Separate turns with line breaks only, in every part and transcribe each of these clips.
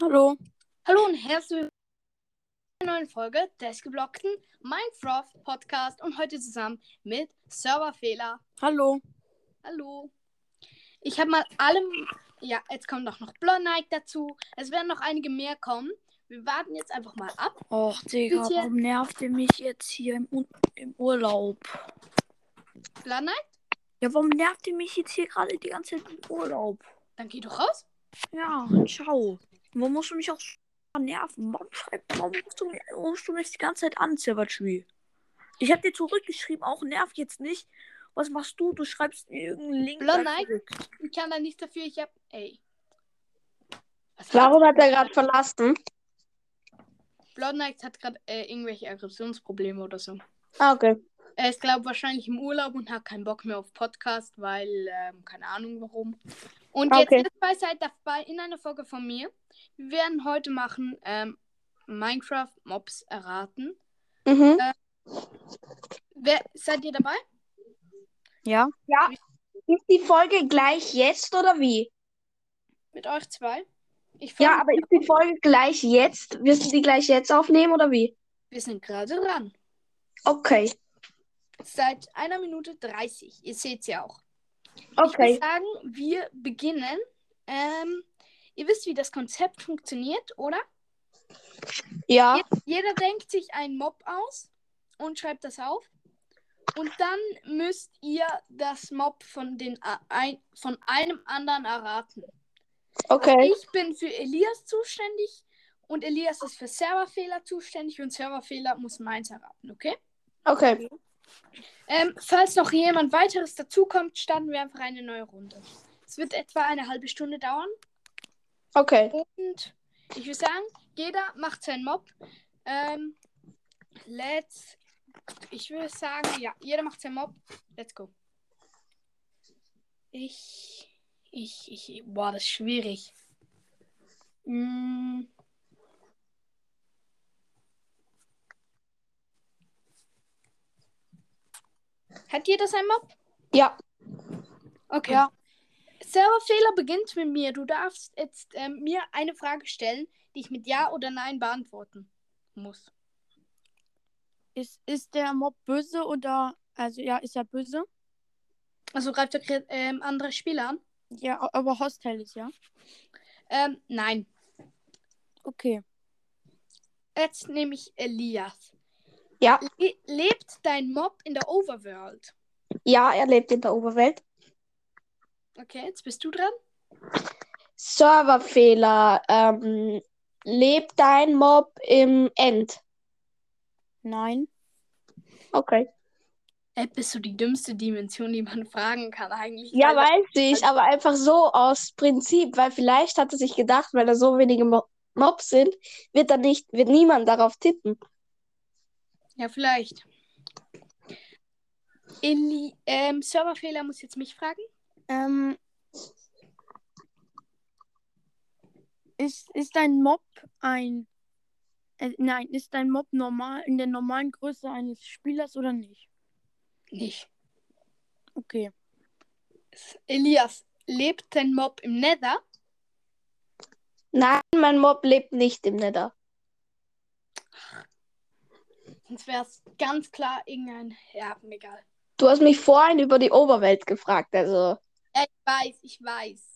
Hallo.
Hallo und herzlich willkommen zu einer neuen Folge des geblockten Minecraft Podcast und heute zusammen mit Serverfehler.
Hallo.
Hallo. Ich habe mal alle. Ja, jetzt kommt auch noch Blond Nike dazu. Es werden noch einige mehr kommen. Wir warten jetzt einfach mal ab.
Och, Digga,
Bitte?
warum nervt ihr mich jetzt hier im, Un- im Urlaub?
Blond Nike,
Ja, warum nervt ihr mich jetzt hier gerade die ganze Zeit im Urlaub?
dann geh doch raus.
Ja, ciao. Warum musst du mich auch so nerven? Warum, schreib, warum rufst, du mich, rufst du mich die ganze Zeit an, Silver Tree? Ich hab dir zurückgeschrieben, auch nerv jetzt nicht. Was machst du? Du schreibst mir irgendeinen Link.
Blond
gleich
Nike?
zurück.
Ich kann da nichts dafür. Ich hab. Ey. Was
Warum hat er gerade verlassen?
hat Blond Nike hat gerade äh, irgendwelche Aggressionsprobleme oder so.
Ah, okay.
Er ist, glaube ich, wahrscheinlich im Urlaub und hat keinen Bock mehr auf Podcast, weil, ähm, keine Ahnung warum. Und jetzt
Ah, Okay.
okay. zwei seid dabei in einer Folge von mir. Wir werden heute machen ähm, Minecraft Mobs erraten.
Mhm.
Wer, seid ihr dabei?
Ja?
Ist die Folge gleich jetzt oder wie?
Mit euch zwei? Ich
Ja,
frag-
aber ist die Folge gleich jetzt? Wirst du die gleich jetzt aufnehmen oder wie?
wir sind gerade dran.
Okay.
Seit einer Minute 30. Ihr seht ja auch. Ich
Okay.
würde sagen, wir beginnen. Ähm, ihr wisst, wie das Konzept funktioniert, oder?
Ja.
Jetzt, jeder denkt sich einen Mob aus und schreibt das auf. Und dann müsst ihr das Mob von, den, a- ein, von einem anderen erraten.
Okay.
Ich bin für Elias zuständig und Elias ist für Serverfehler zuständig und Serverfehler muss meins erraten, okay?
Okay.
Ähm, falls noch jemand weiteres dazukommt, starten wir einfach eine neue Runde. Es wird etwa eine halbe Stunde dauern.
Okay.
Und ich würde sagen, jeder macht seinen Mob. Ähm, let's. Ich würde sagen, ja, jeder macht seinen Mob. Let's go. Ich. Ich, ich. Boah, das ist schwierig. Mm. Hat jeder sein Mob?
Ja.
Okay.
Ja.
Serverfehler beginnt mit mir. Du darfst jetzt ähm, mir eine Frage stellen, die ich mit Ja oder Nein beantworten muss.
Ist, ist der Mob böse oder. Also, ja, ist er böse?
Also greift er kre- ähm, andere Spieler an?
Ja, aber Hostel ist ja.
Ähm, nein.
Okay.
Jetzt nehme ich Elias.
Ja.
Le lebt dein Mob in der Overworld?
Ja, er lebt in der Oberwelt.
Okay, jetzt bist du dran.
Serverfehler. Ähm, lebt dein Mob im End?
Nein.
Okay.
Äh, bist du die dümmste Dimension, die man fragen kann eigentlich?
Ja,
weil
weiß ich, aber einfach so aus Prinzip, weil vielleicht hat er sich gedacht, weil da so wenige Mo Mobs sind, wird dann nicht, wird niemand darauf tippen.
Ja, vielleicht. Eli ähm, Serverfehler muss jetzt mich fragen.
Ähm, ist, ist dein Mob ein. Äh, nein, ist dein Mob normal in der normalen Größe eines Spielers oder nicht?
Nicht.
Okay.
Elias, lebt dein Mob im Nether?
Nein, mein Mob lebt nicht im Nether.
Sonst wäre es ganz klar irgendein. Ja, mir egal.
Du hast mich vorhin über die Oberwelt gefragt, also.
Ja, Ich weiß, ich weiß.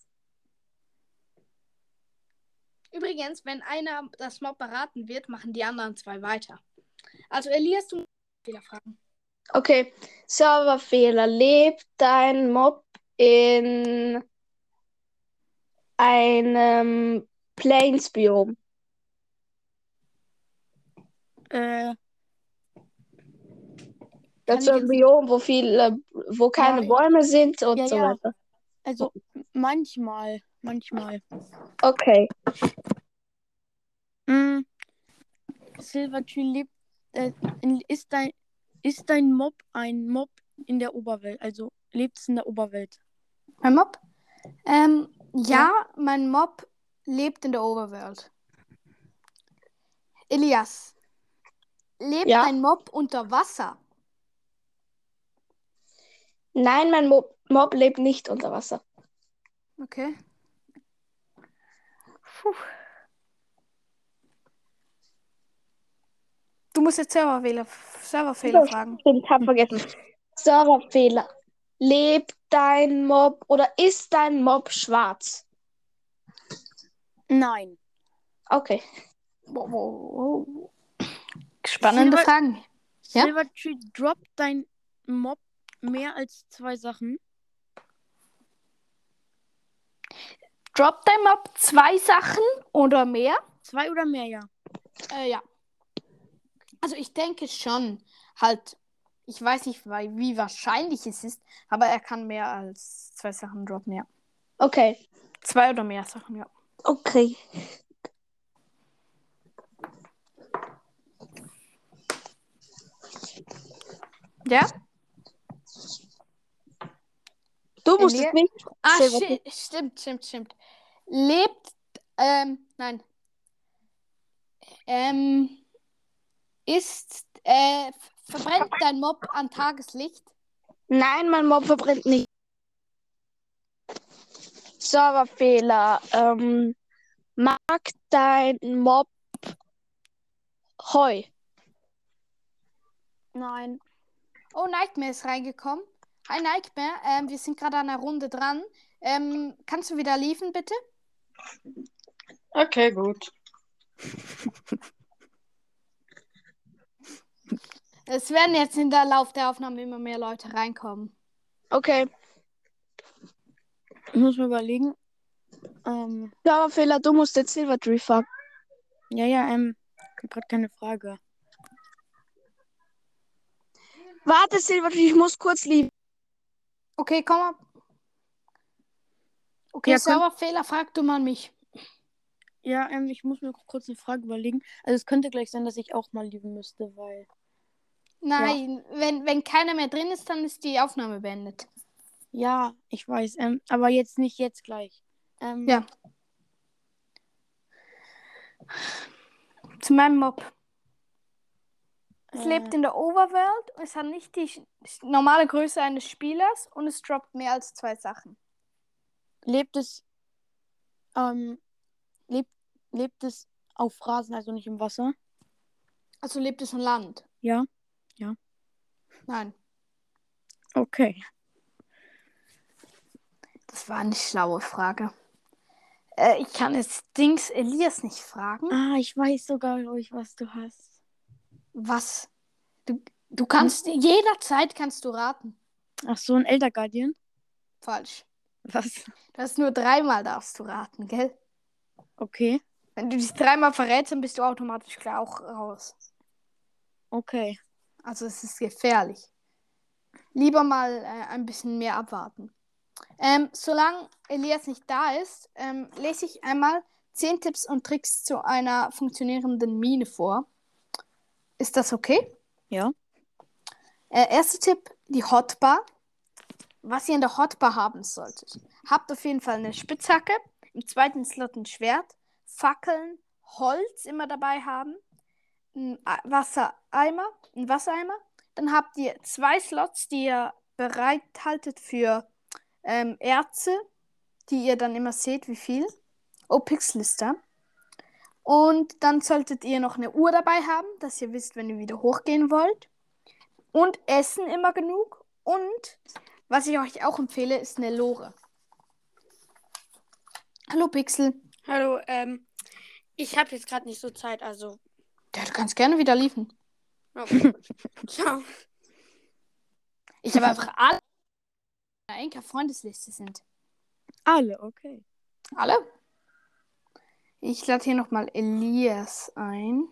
Übrigens, wenn einer das Mob beraten wird, machen die anderen zwei weiter. Also Elias, du musst wieder fragen.
Okay, Serverfehler. Lebt dein Mob in einem Plains-Biom?
Äh, Kann
Das ist so
ich
ein
jetzt-
Biom, wo viele, wo keine
ja.
Bäume sind und
Ja,
so
ja.
weiter.
also manchmal. Manchmal.
Okay.
Mm, Silver Tree lebt. Äh, in- ist, dein, ist dein Mob ein Mob in der Oberwelt? Also lebt es in der Oberwelt?
Mein Mob? Ähm, ja, mein Mob lebt in der Overworld. Elias, lebt
Ja.
dein Mob unter Wasser?
Nein, mein Mob, Mob lebt nicht unter Wasser.
Okay. musst jetzt Serverfehler, Serverfehler
Ja.
fragen.
Stimmt, hab vergessen. Serverfehler. Lebt dein Mob oder ist dein Mob schwarz?
Nein.
Okay.
Wow, wow, wow. Spannende
Silber-
Fragen. Ja?
Silver Tree droppt dein Mob mehr als zwei Sachen.
Drop dein Mob zwei Sachen oder mehr?
Zwei oder mehr, ja.
Äh, ja. Also ich denke schon, halt, ich weiß nicht, weil- wie wahrscheinlich es ist, aber er kann mehr als zwei Sachen droppen, ja.
Okay.
Zwei oder mehr Sachen, ja.
Okay.
Ja?
Du musstest
Elias?
mich.
Ah,
Sehr gut.
shi- stimmt, stimmt, stimmt. Lebt, ähm, nein. Ähm, ist, äh, f- verbrennt dein Mob an Tageslicht?
Nein, mein Mob verbrennt nicht. Serverfehler. Ähm, mag dein Mob Heu?
Nein. Oh, Nightmare ist reingekommen. Hi, Nightmare. Ähm, wir sind gerade an einer Runde dran. Ähm, kannst du wieder liefen, bitte?
Okay, gut.
Es werden jetzt in der Lauf der Aufnahme immer mehr Leute reinkommen.
Okay.
Ich muss mir überlegen. Ähm,
Serverfehler, du musst den Silvertree fragen.
ja, ja, ähm, ich hab grad keine Frage.
Warte, Silvertree, ich muss kurz lieben.
Okay, komm ab. Okay,
Ja, komm.
Serverfehler, frag du mal mich.
Ja, ähm, ich muss mir kurz eine Frage überlegen. Also es könnte gleich sein, dass ich auch mal lieben müsste, weil.
Nein, wenn, wenn keiner mehr drin ist, dann ist die Aufnahme beendet.
Ja, ich weiß. Ähm, aber jetzt nicht jetzt gleich. Ähm,
Ja. Zu meinem Mob. Es
Äh.
lebt in der Overworld, es hat nicht die sch- normale Größe eines Spielers und es droppt mehr als zwei Sachen.
Lebt es. Ähm, lebt, lebt es auf Rasen, also nicht im Wasser?
Also lebt es im Land?
Ja.
Nein,
Okay.
das war eine schlaue Frage. Äh, ich kann jetzt Dings Elias nicht fragen.
Ah, ich weiß sogar, glaube ich, was du hast.
Was? Du, du kannst, jederzeit kannst du raten.
Ach so, ein Elder Guardian?
Falsch.
Was?
Das ist nur dreimal darfst du raten, gell?
Okay.
Wenn du dich dreimal verrätst, dann bist du automatisch klar auch raus.
Okay.
Also es ist gefährlich. Lieber mal äh, ein bisschen mehr abwarten. Ähm, solange Elias nicht da ist, ähm, lese ich einmal 10 Tipps und Tricks zu einer funktionierenden Mine vor. Ist das okay?
Ja.
Äh, erster Tipp, die Hotbar. Was ihr in der Hotbar haben solltet. Habt auf jeden Fall eine Spitzhacke, im zweiten Slot ein Schwert, Fackeln, Holz immer dabei haben, ein A- Wassereimer, ein Wassereimer. Dann habt ihr zwei Slots, die ihr bereithaltet für ähm, Erze, die ihr dann immer seht, wie viel. Oh, Pixelister. Und dann solltet ihr noch eine Uhr dabei haben, dass ihr wisst, wenn ihr wieder hochgehen wollt. Und Essen immer genug. Und was ich euch auch empfehle, ist eine Lore. Hallo Pixel.
Hallo, ähm, ich habe jetzt gerade nicht so Zeit, also.
Ja, du kannst gerne wieder liefen.
Okay. Ciao.
Ich habe einfach alle in meiner enker Freundesliste sind.
Alle, okay.
Alle? Ich lade hier nochmal Elias ein.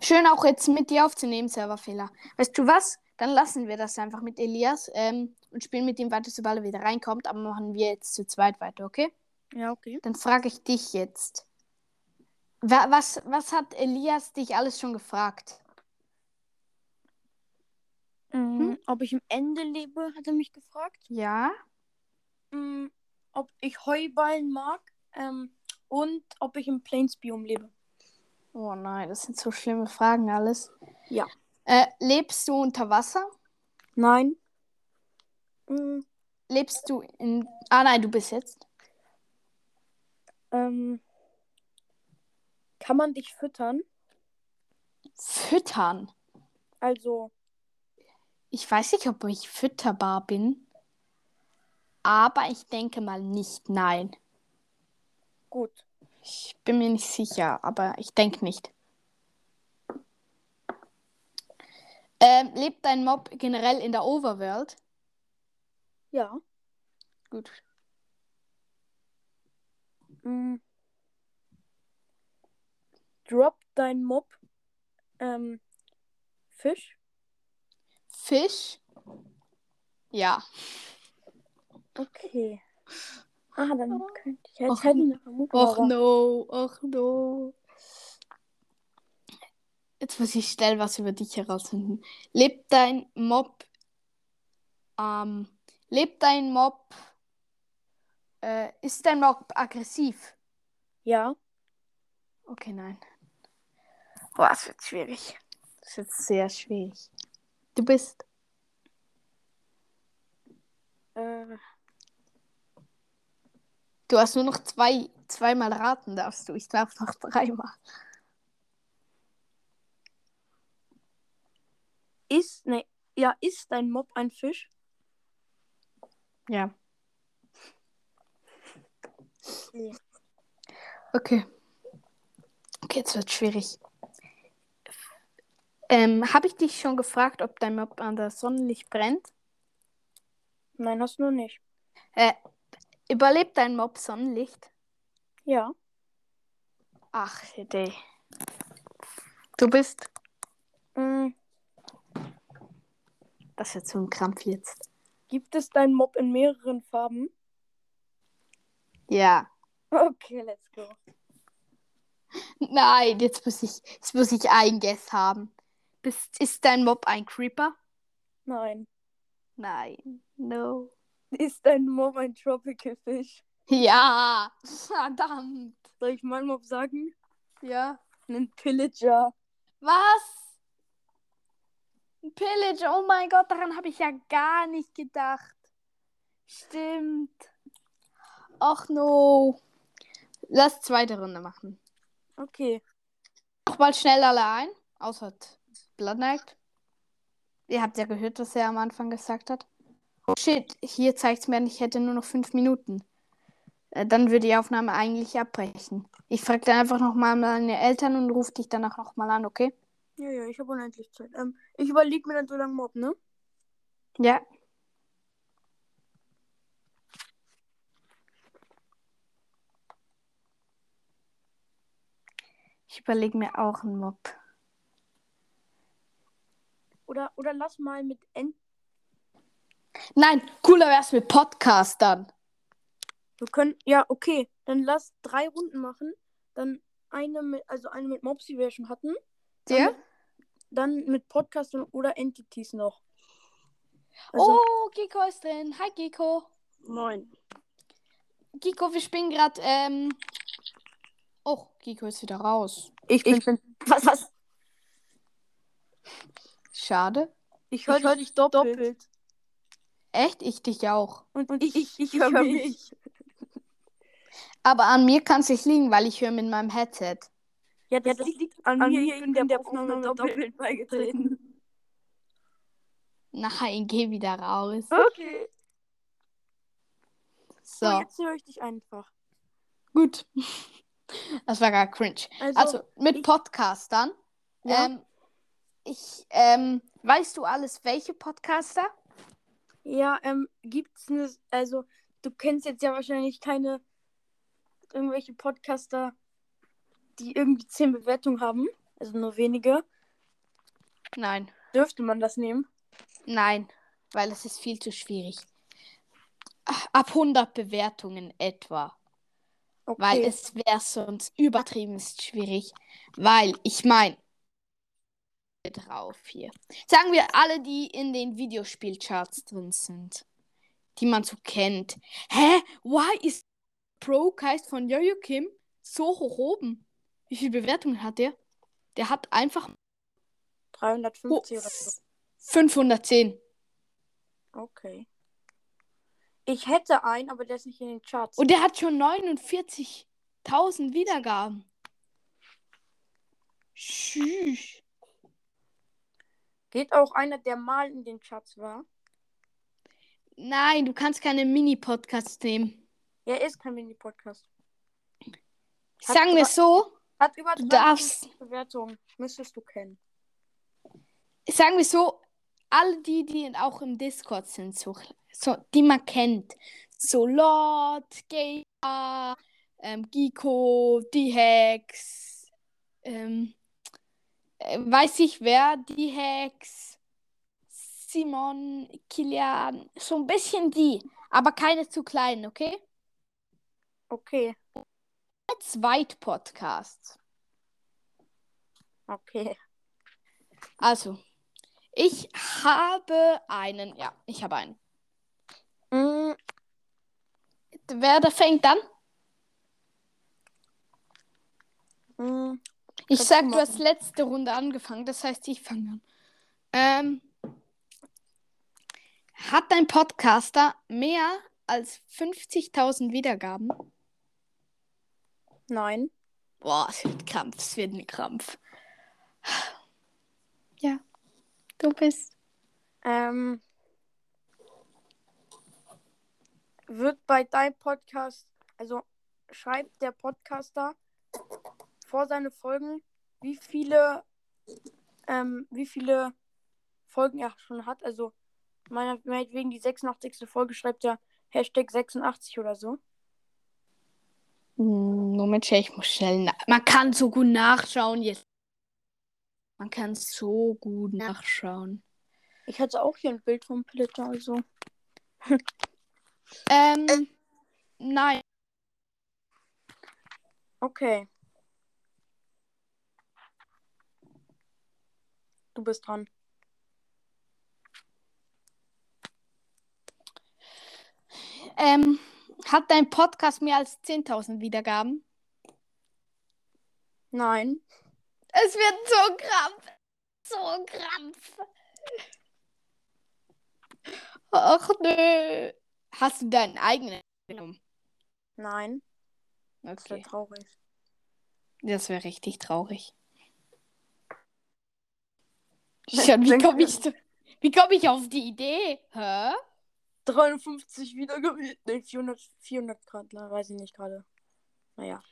Schön auch jetzt mit dir aufzunehmen, Serverfehler. Weißt du was? Dann lassen wir das einfach mit Elias ähm, und spielen mit ihm weiter, sobald er wieder reinkommt. Aber machen wir jetzt zu zweit weiter, okay?
Ja, okay.
Dann frage ich dich jetzt. Wa was, was hat Elias dich alles schon gefragt?
Mhm. Ob ich im Ende lebe, hat er mich gefragt.
Ja?
Mhm. Ob ich Heuballen mag ähm, und ob ich im Plains-Biom lebe.
Oh nein, das sind so schlimme Fragen alles.
Ja.
Äh, lebst du unter Wasser?
Nein. Mhm.
Lebst du in. Ah nein, du bist jetzt.
Ähm, kann man dich füttern?
Füttern.
Also,
Ich weiß nicht, ob ich fütterbar bin. Aber ich denke mal nicht, nein.
gut.
Ich bin mir nicht sicher, aber ich denke nicht. Ähm, lebt dein Mob generell in der Overworld?
Ja.
Gut.
Mm. Drop dein Mob. Ähm, Fisch.
Fisch? Ja.
Okay. Ah, dann könnte ich jetzt
Och,
hätte ich eine Vermutung.
Och
aber-
no, och no. Jetzt muss ich schnell was über dich herausfinden. Lebt dein Mob. Ähm, lebt dein Mob. Äh, ist dein Mob aggressiv?
Ja.
Okay, nein.
Boah, es wird schwierig.
Das ist jetzt sehr schwierig. Du bist.
Äh,
Du hast nur noch zwei, zweimal raten darfst du. Ich darf noch dreimal.
ist, ne, ja, ist dein Mob ein Fisch?
Ja.
Nee.
Okay. Okay, jetzt wird schwierig. Ähm, habe ich dich schon gefragt, ob dein Mob an der Sonnenlicht brennt?
Nein, hast du noch nicht.
Überlebt dein Mob Sonnenlicht?
Ja.
Ach, Idee. Du bist.
Mm.
Das wird so ein Krampf jetzt.
Gibt es deinen Mob in mehreren Farben?
Ja.
Okay, let's go.
Nein, jetzt muss ich, jetzt muss ich ein Guess haben. Bist, ist dein Mob ein Creeper?
Nein.
Nein. No.
Ist dein Mob ein Tropical Fish?
Ja. Verdammt.
Soll ich meinen Mob sagen?
Ja.
Ein Pillager.
Was? Ein Pillage, oh mein Gott, daran habe ich ja gar nicht gedacht. Stimmt. Och no. Lass zweite Runde machen.
Okay.
Nochmal schnell alle ein, außer Blood Knight. Ihr habt ja gehört, was er am Anfang gesagt hat. Oh shit, hier zeigt es mir an, ich hätte nur noch fünf Minuten. Äh, dann würde die Aufnahme eigentlich abbrechen. Ich frage dann einfach nochmal meine Eltern und rufe dich danach nochmal an, okay?
Ja, ja, ich habe unendlich Zeit. Ähm, ich überlege mir dann so lange Mob, ne?
Ja, Ich überlege mir auch einen Mob.
Oder, oder lass mal mit Ent.
Nein, cooler wär's mit Podcastern.
Wir können. Ja, okay. Dann lass drei Runden machen. Dann eine mit, also eine mit Mobs, die wir ja schon hatten.
Der?
Dann mit Podcast und- oder Entities noch. Also,
oh, Giko ist drin. Hi, Giko.
Moin.
Giko, wir spielen gerade. Ähm... Oh, Giko ist wieder raus.
Ich bin. Ich bin was, was?
Schade.
Ich
hör dich doppelt.
Echt? Ich dich auch.
Und, ich, ich, ich, höre mich.
Aber an mir kann es nicht liegen, weil ich höre mit meinem Headset.
Ja,
Ja, das liegt an, mir. Ich bin der, der Aufnahme doppelt, beigetreten.
Nein, geh wieder raus.
Okay.
So,
So,
jetzt höre ich dich einfach.
gut. Das war gar cringe.
Also,
Also mit
ich-
Podcastern.
Ja.
Ähm, ich, ähm, weißt du alles, welche Podcaster?
ja, ähm, gibt's ne, also du kennst jetzt ja wahrscheinlich keine irgendwelche Podcaster, die irgendwie zehn Bewertungen haben, also nur wenige.
Nein.
Dürfte man das nehmen?
Nein, weil es ist viel zu schwierig. Ach, Ab 100 Bewertungen etwa.
Okay.
Weil es wäre sonst übertrieben schwierig. Weil, ich meine, drauf hier. Sagen wir alle, die in den Videospielcharts drin sind. Die man so kennt. Hä? Why ist Procast von Yoyo Kim so hoch oben? Wie viele Bewertungen hat der? Der hat einfach
350 oder so.
510.
Okay. Ich hätte einen, aber der ist nicht in den Charts.
Und der hat schon 49.000 Wiedergaben. Tschüss.
Geht auch einer, der mal in den Charts war?
Nein, du kannst keine Mini-Podcasts nehmen.
Ja, ist kein Mini-Podcast. Hat
Sagen wir
über-
es so,
Hat über
Du darfst-
30 Bewertungen. Müsstest du kennen.
sagen wir so, alle die, die auch im Discord sind, so, so die man kennt. So Lord, Gamer, ähm, Giko, die Hex, ähm, äh, weiß ich wer, die Hex, Simon, Kilian, so ein bisschen die, aber keine zu kleinen, okay?
Okay.
Zweit-Podcast.
Okay.
Also, ich habe einen, ja, ich habe einen.
Mm,
Wer da fängt dann?
mm,
Ich
Kannst
sag,
du
du hast letzte Runde angefangen, das heißt, ich fange an. Ähm, hat dein Podcaster mehr als 50.000 Wiedergaben?
nein.
Boah, es wird Krampf, es wird ein Krampf. Ja, du bist.
Ähm, wird bei deinem Podcast, also schreibt der Podcaster vor seine Folgen, wie viele, ähm, wie viele Folgen er schon hat. Also meiner- meinetwegen die 86. Folge schreibt er Hashtag 86 oder so.
Hm, Moment, schnell, ich muss schnell. Na Man kann so gut nachschauen jetzt. Man kann so gut nachschauen.
Ich hatte auch hier ein Bild vom Plitter, also.
Ähm, nein.
Okay. Du bist dran.
Ähm, hat dein Podcast mehr als 10.000 Wiedergaben?
Nein.
Es wird so krampf. So krampf. Ach nö. Hast du deinen eigenen genommen?
Nein. Das wäre
Okay.
traurig.
Das wäre richtig traurig. Schon, wie
Wenn-
komme ich, zu- wie komm ich auf die Idee? Hä?
53 wiedergewählt. Ne, 400, 400 Grad, ne, weiß ich nicht gerade. Naja.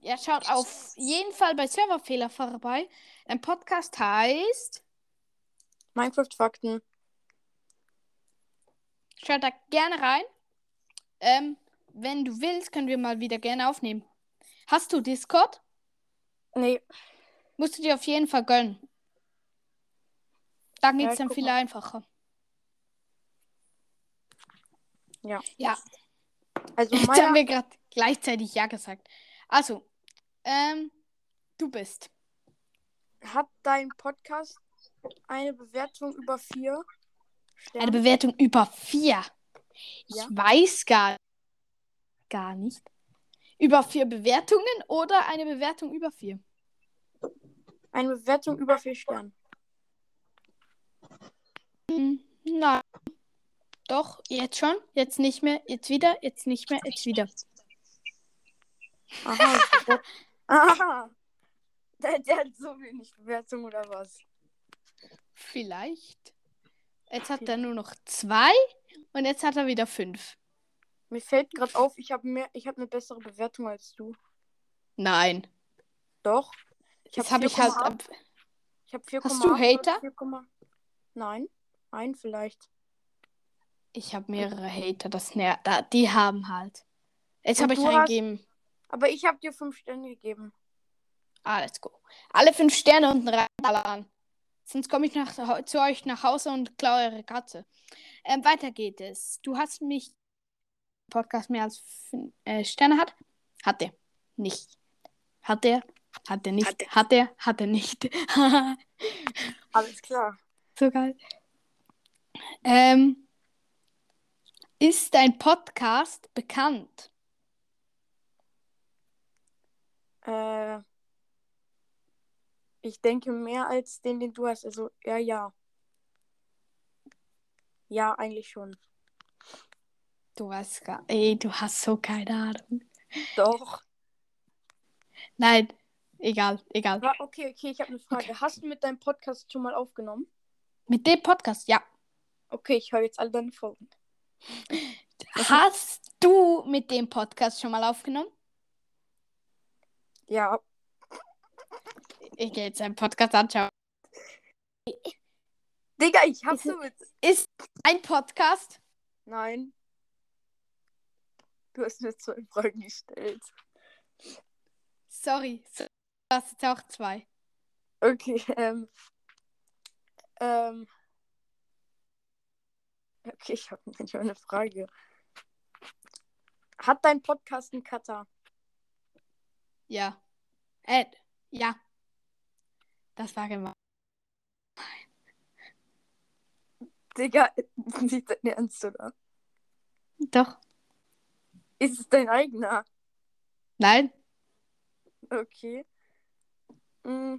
Ja, schaut auf jeden Fall bei Serverfehler vorbei. Dein Podcast heißt.
Minecraft-Fakten.
Schaut da gerne rein. Ähm, wenn du willst, können wir mal wieder gerne aufnehmen. Hast du Discord?
Nee,
Musst du dir auf jeden Fall gönnen. Da
Ja,
geht es
ich
dann
guck
viel
mal.
einfacher.
Ja.
Ja,
also
jetzt haben
meiner,
wir gerade gleichzeitig Ja gesagt. Also, ähm, du bist.
hat dein Podcast eine Bewertung über 4
Eine
Sterne?
Bewertung über vier. Ich
Ja.
weiß gar, gar nicht. Über vier Bewertungen oder eine Bewertung über vier?
eine Bewertung über 4 Sterne.
Hm, Nein. Doch, jetzt schon, jetzt nicht mehr, jetzt wieder, jetzt nicht mehr, jetzt wieder.
Aha. die Bewert- Aha. Der, der hat so wenig Bewertung oder was?
Vielleicht. Jetzt hat er nur noch zwei und jetzt hat er wieder fünf.
Mir fällt gerade auf, ich habe mehr, ich habe eine bessere Bewertung als du.
Nein.
Doch. Ich
Jetzt habe ich halt.
4,8.
ab-
Ich habe 4,8.
Hast du Hater?
oder 4,8. Nein. Ein vielleicht.
Ich habe mehrere Hater, das ner da, Die haben halt. Jetzt
Und
habe ich
du
einen
hast-
gegeben.
Aber ich habe dir 5 Sterne gegeben.
Ah, let's go. Alle fünf Sterne unten reinballern. Sonst komme ich nach, zu euch nach Hause und klaue eure Katze. Ähm, weiter geht es. Du hast mich. Podcast mehr als fünf äh, Sterne hat? Hat er. Nicht. Hat er? Hat er nicht.
Hat
Hat er? Hat er nicht.
Alles klar.
so geil. Ähm, ist dein Podcast bekannt?
Äh, ich denke mehr als den, den du hast. Also, ja, ja. Ja, eigentlich schon.
Du weißt gar. Ey, du hast so keine Ahnung.
Doch.
Nein. Egal, egal.
Wa- Okay, okay, ich habe eine Frage. Hast du mit deinem Podcast schon mal aufgenommen?
Mit dem Podcast, ja.
Okay, ich höre jetzt alle deine Folgen.
Hast du mit dem Podcast schon mal aufgenommen?
Ja,
Ich gehe jetzt einen Podcast anschauen.
Digga, ich hab's
Ist es-
so mit.
Ist ein Podcast?
Nein. Du hast mir zwei Fragen gestellt.
Sorry, so- du hast jetzt auch zwei.
Okay, ähm. Ähm. Okay, ich habe nicht mal eine Frage. Hat dein Podcast einen Cutter?
Ja. Äh, ja. Das war gemein.
Digga, nicht dein Ernst, oder?
Doch.
Ist es dein eigener?
Nein?
Okay. Mm,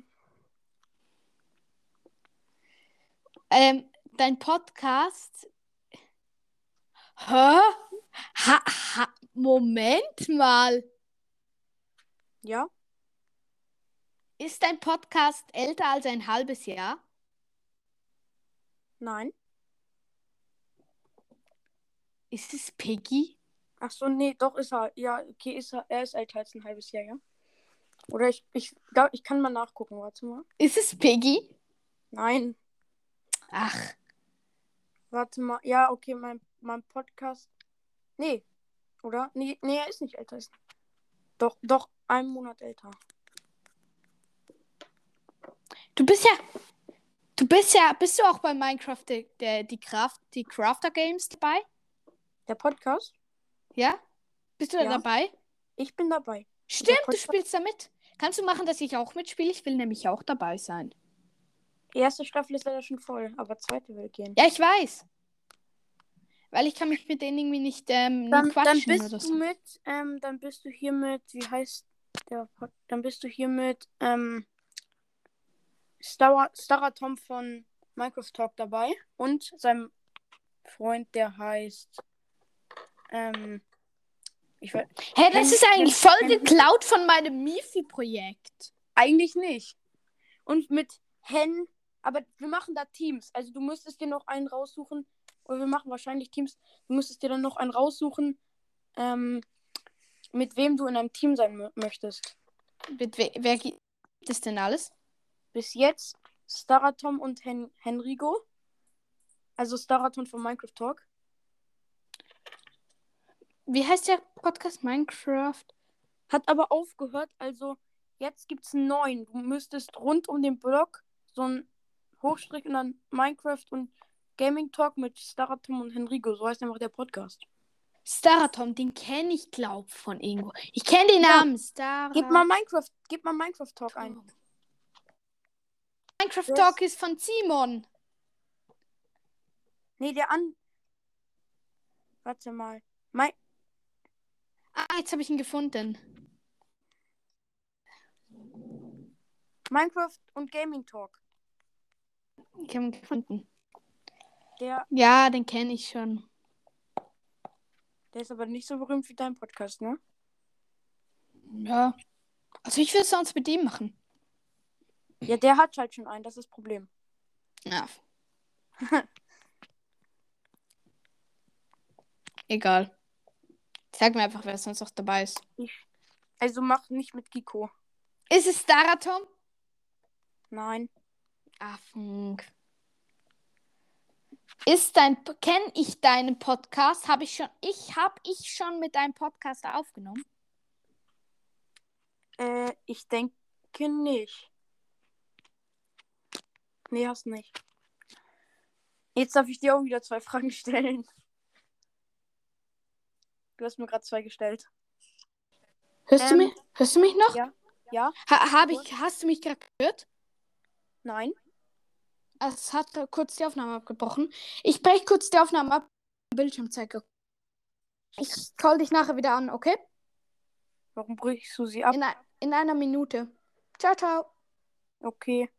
Ähm, dein Podcast. Hä? Ha, ha, Moment mal.
ja?
Ist dein Podcast älter als ein halbes Jahr?
Nein?
Ist es Piggy?
Ach so, nee, doch ist er. Ja, okay, ist er. Er ist älter als ein halbes Jahr, ja? Oder ich, ich, glaub, ich kann mal nachgucken, warte mal.
Ist es Piggy?
Nein.
Ach,
Warte mal. Ja, okay, mein, mein Podcast. Nee. Oder? Nee, nee, er ist nicht älter. Ist doch, doch, einen Monat älter.
du bist ja. Du bist ja. Bist du auch bei Minecraft die, der- die, Kraft, die Crafter Games dabei?
Der Podcast?
Ja? Bist du da
Ja.
dabei?
Ich bin dabei.
Stimmt, du
Podcast-
spielst da mit. Kannst du machen, dass ich auch mitspiele? Ich will nämlich auch dabei sein.
Die erste Staffel ist leider schon voll, aber zweite will gehen.
Ja, ich weiß. Weil ich kann mich mit denen irgendwie nicht, ähm,
dann,
nur quatschen
dann bist
oder
du
so.
mit, ähm, dann bist du hier mit, wie heißt der Pod Dann bist du hier mit, ähm, Star Starrer Tom von Minecraft Talk dabei und seinem Freund, der heißt, ähm, ich weiß,
Hä, das
Wenn-
ist eigentlich
wenn-
voll
wenn-
geklaut von meinem Mifi-Projekt.
eigentlich nicht. Und mit Hen, aber wir machen da Teams. Also du müsstest dir noch einen raussuchen, oder wir machen wahrscheinlich Teams, du müsstest dir dann noch einen raussuchen, ähm, mit wem du in einem Team sein mö- möchtest.
Mit we- wer gibt es denn alles?
bis jetzt Staratom und Hen Henrigo. Also Staratom von Minecraft Talk.
Wie heißt der Podcast Minecraft?
Hat aber aufgehört, also jetzt gibt es einen neuen. Du müsstest rund um den Block so einen Hochstrich und dann Minecraft und Gaming Talk mit Staratom und Henrigo. So heißt einfach der Podcast.
Staratom, den kenne ich, glaub, von irgendwo. Ich kenne den
Ja.
Namen. Star.
Gib mal Minecraft, gib mal Minecraft Talk ein.
Minecraft
Das-
Talk ist von Simon.
Nee, der an. Warte mal. Mi
Ah, jetzt habe ich ihn gefunden.
Minecraft und Gaming Talk.
Ich habe ihn gefunden.
Der,
Ja, den kenne ich schon.
der ist aber nicht so berühmt wie dein Podcast, ne?
Ja. Also ich würde es sonst mit dem machen.
Ja, der hat halt schon einen, das ist das Problem.
Ja. Egal. Sag mir einfach, wer sonst noch dabei ist.
Also mach nicht mit Giko.
Ist es Staratom?
Nein.
Ah, Affen. Ist dein kenne ich deinen Podcast? Habe ich schon ich habe ich schon mit deinem Podcast aufgenommen?
Äh, ich denke nicht. Nee, hast nicht. Jetzt darf ich dir auch wieder zwei Fragen stellen. Du hast mir gerade zwei gestellt.
Hörst
Ähm,
du mich? Hörst du mich noch?
ja, ja.
Ha, hab ich hast du mich gerade gehört?
Nein.
Also, Es hat kurz die Aufnahme abgebrochen. Ich breche kurz die Aufnahme ab. Bildschirm zeige. Ich call dich nachher wieder an, okay?
Warum brichst du sie ab?
In, ei- in einer Minute. Ciao, ciao.
Okay.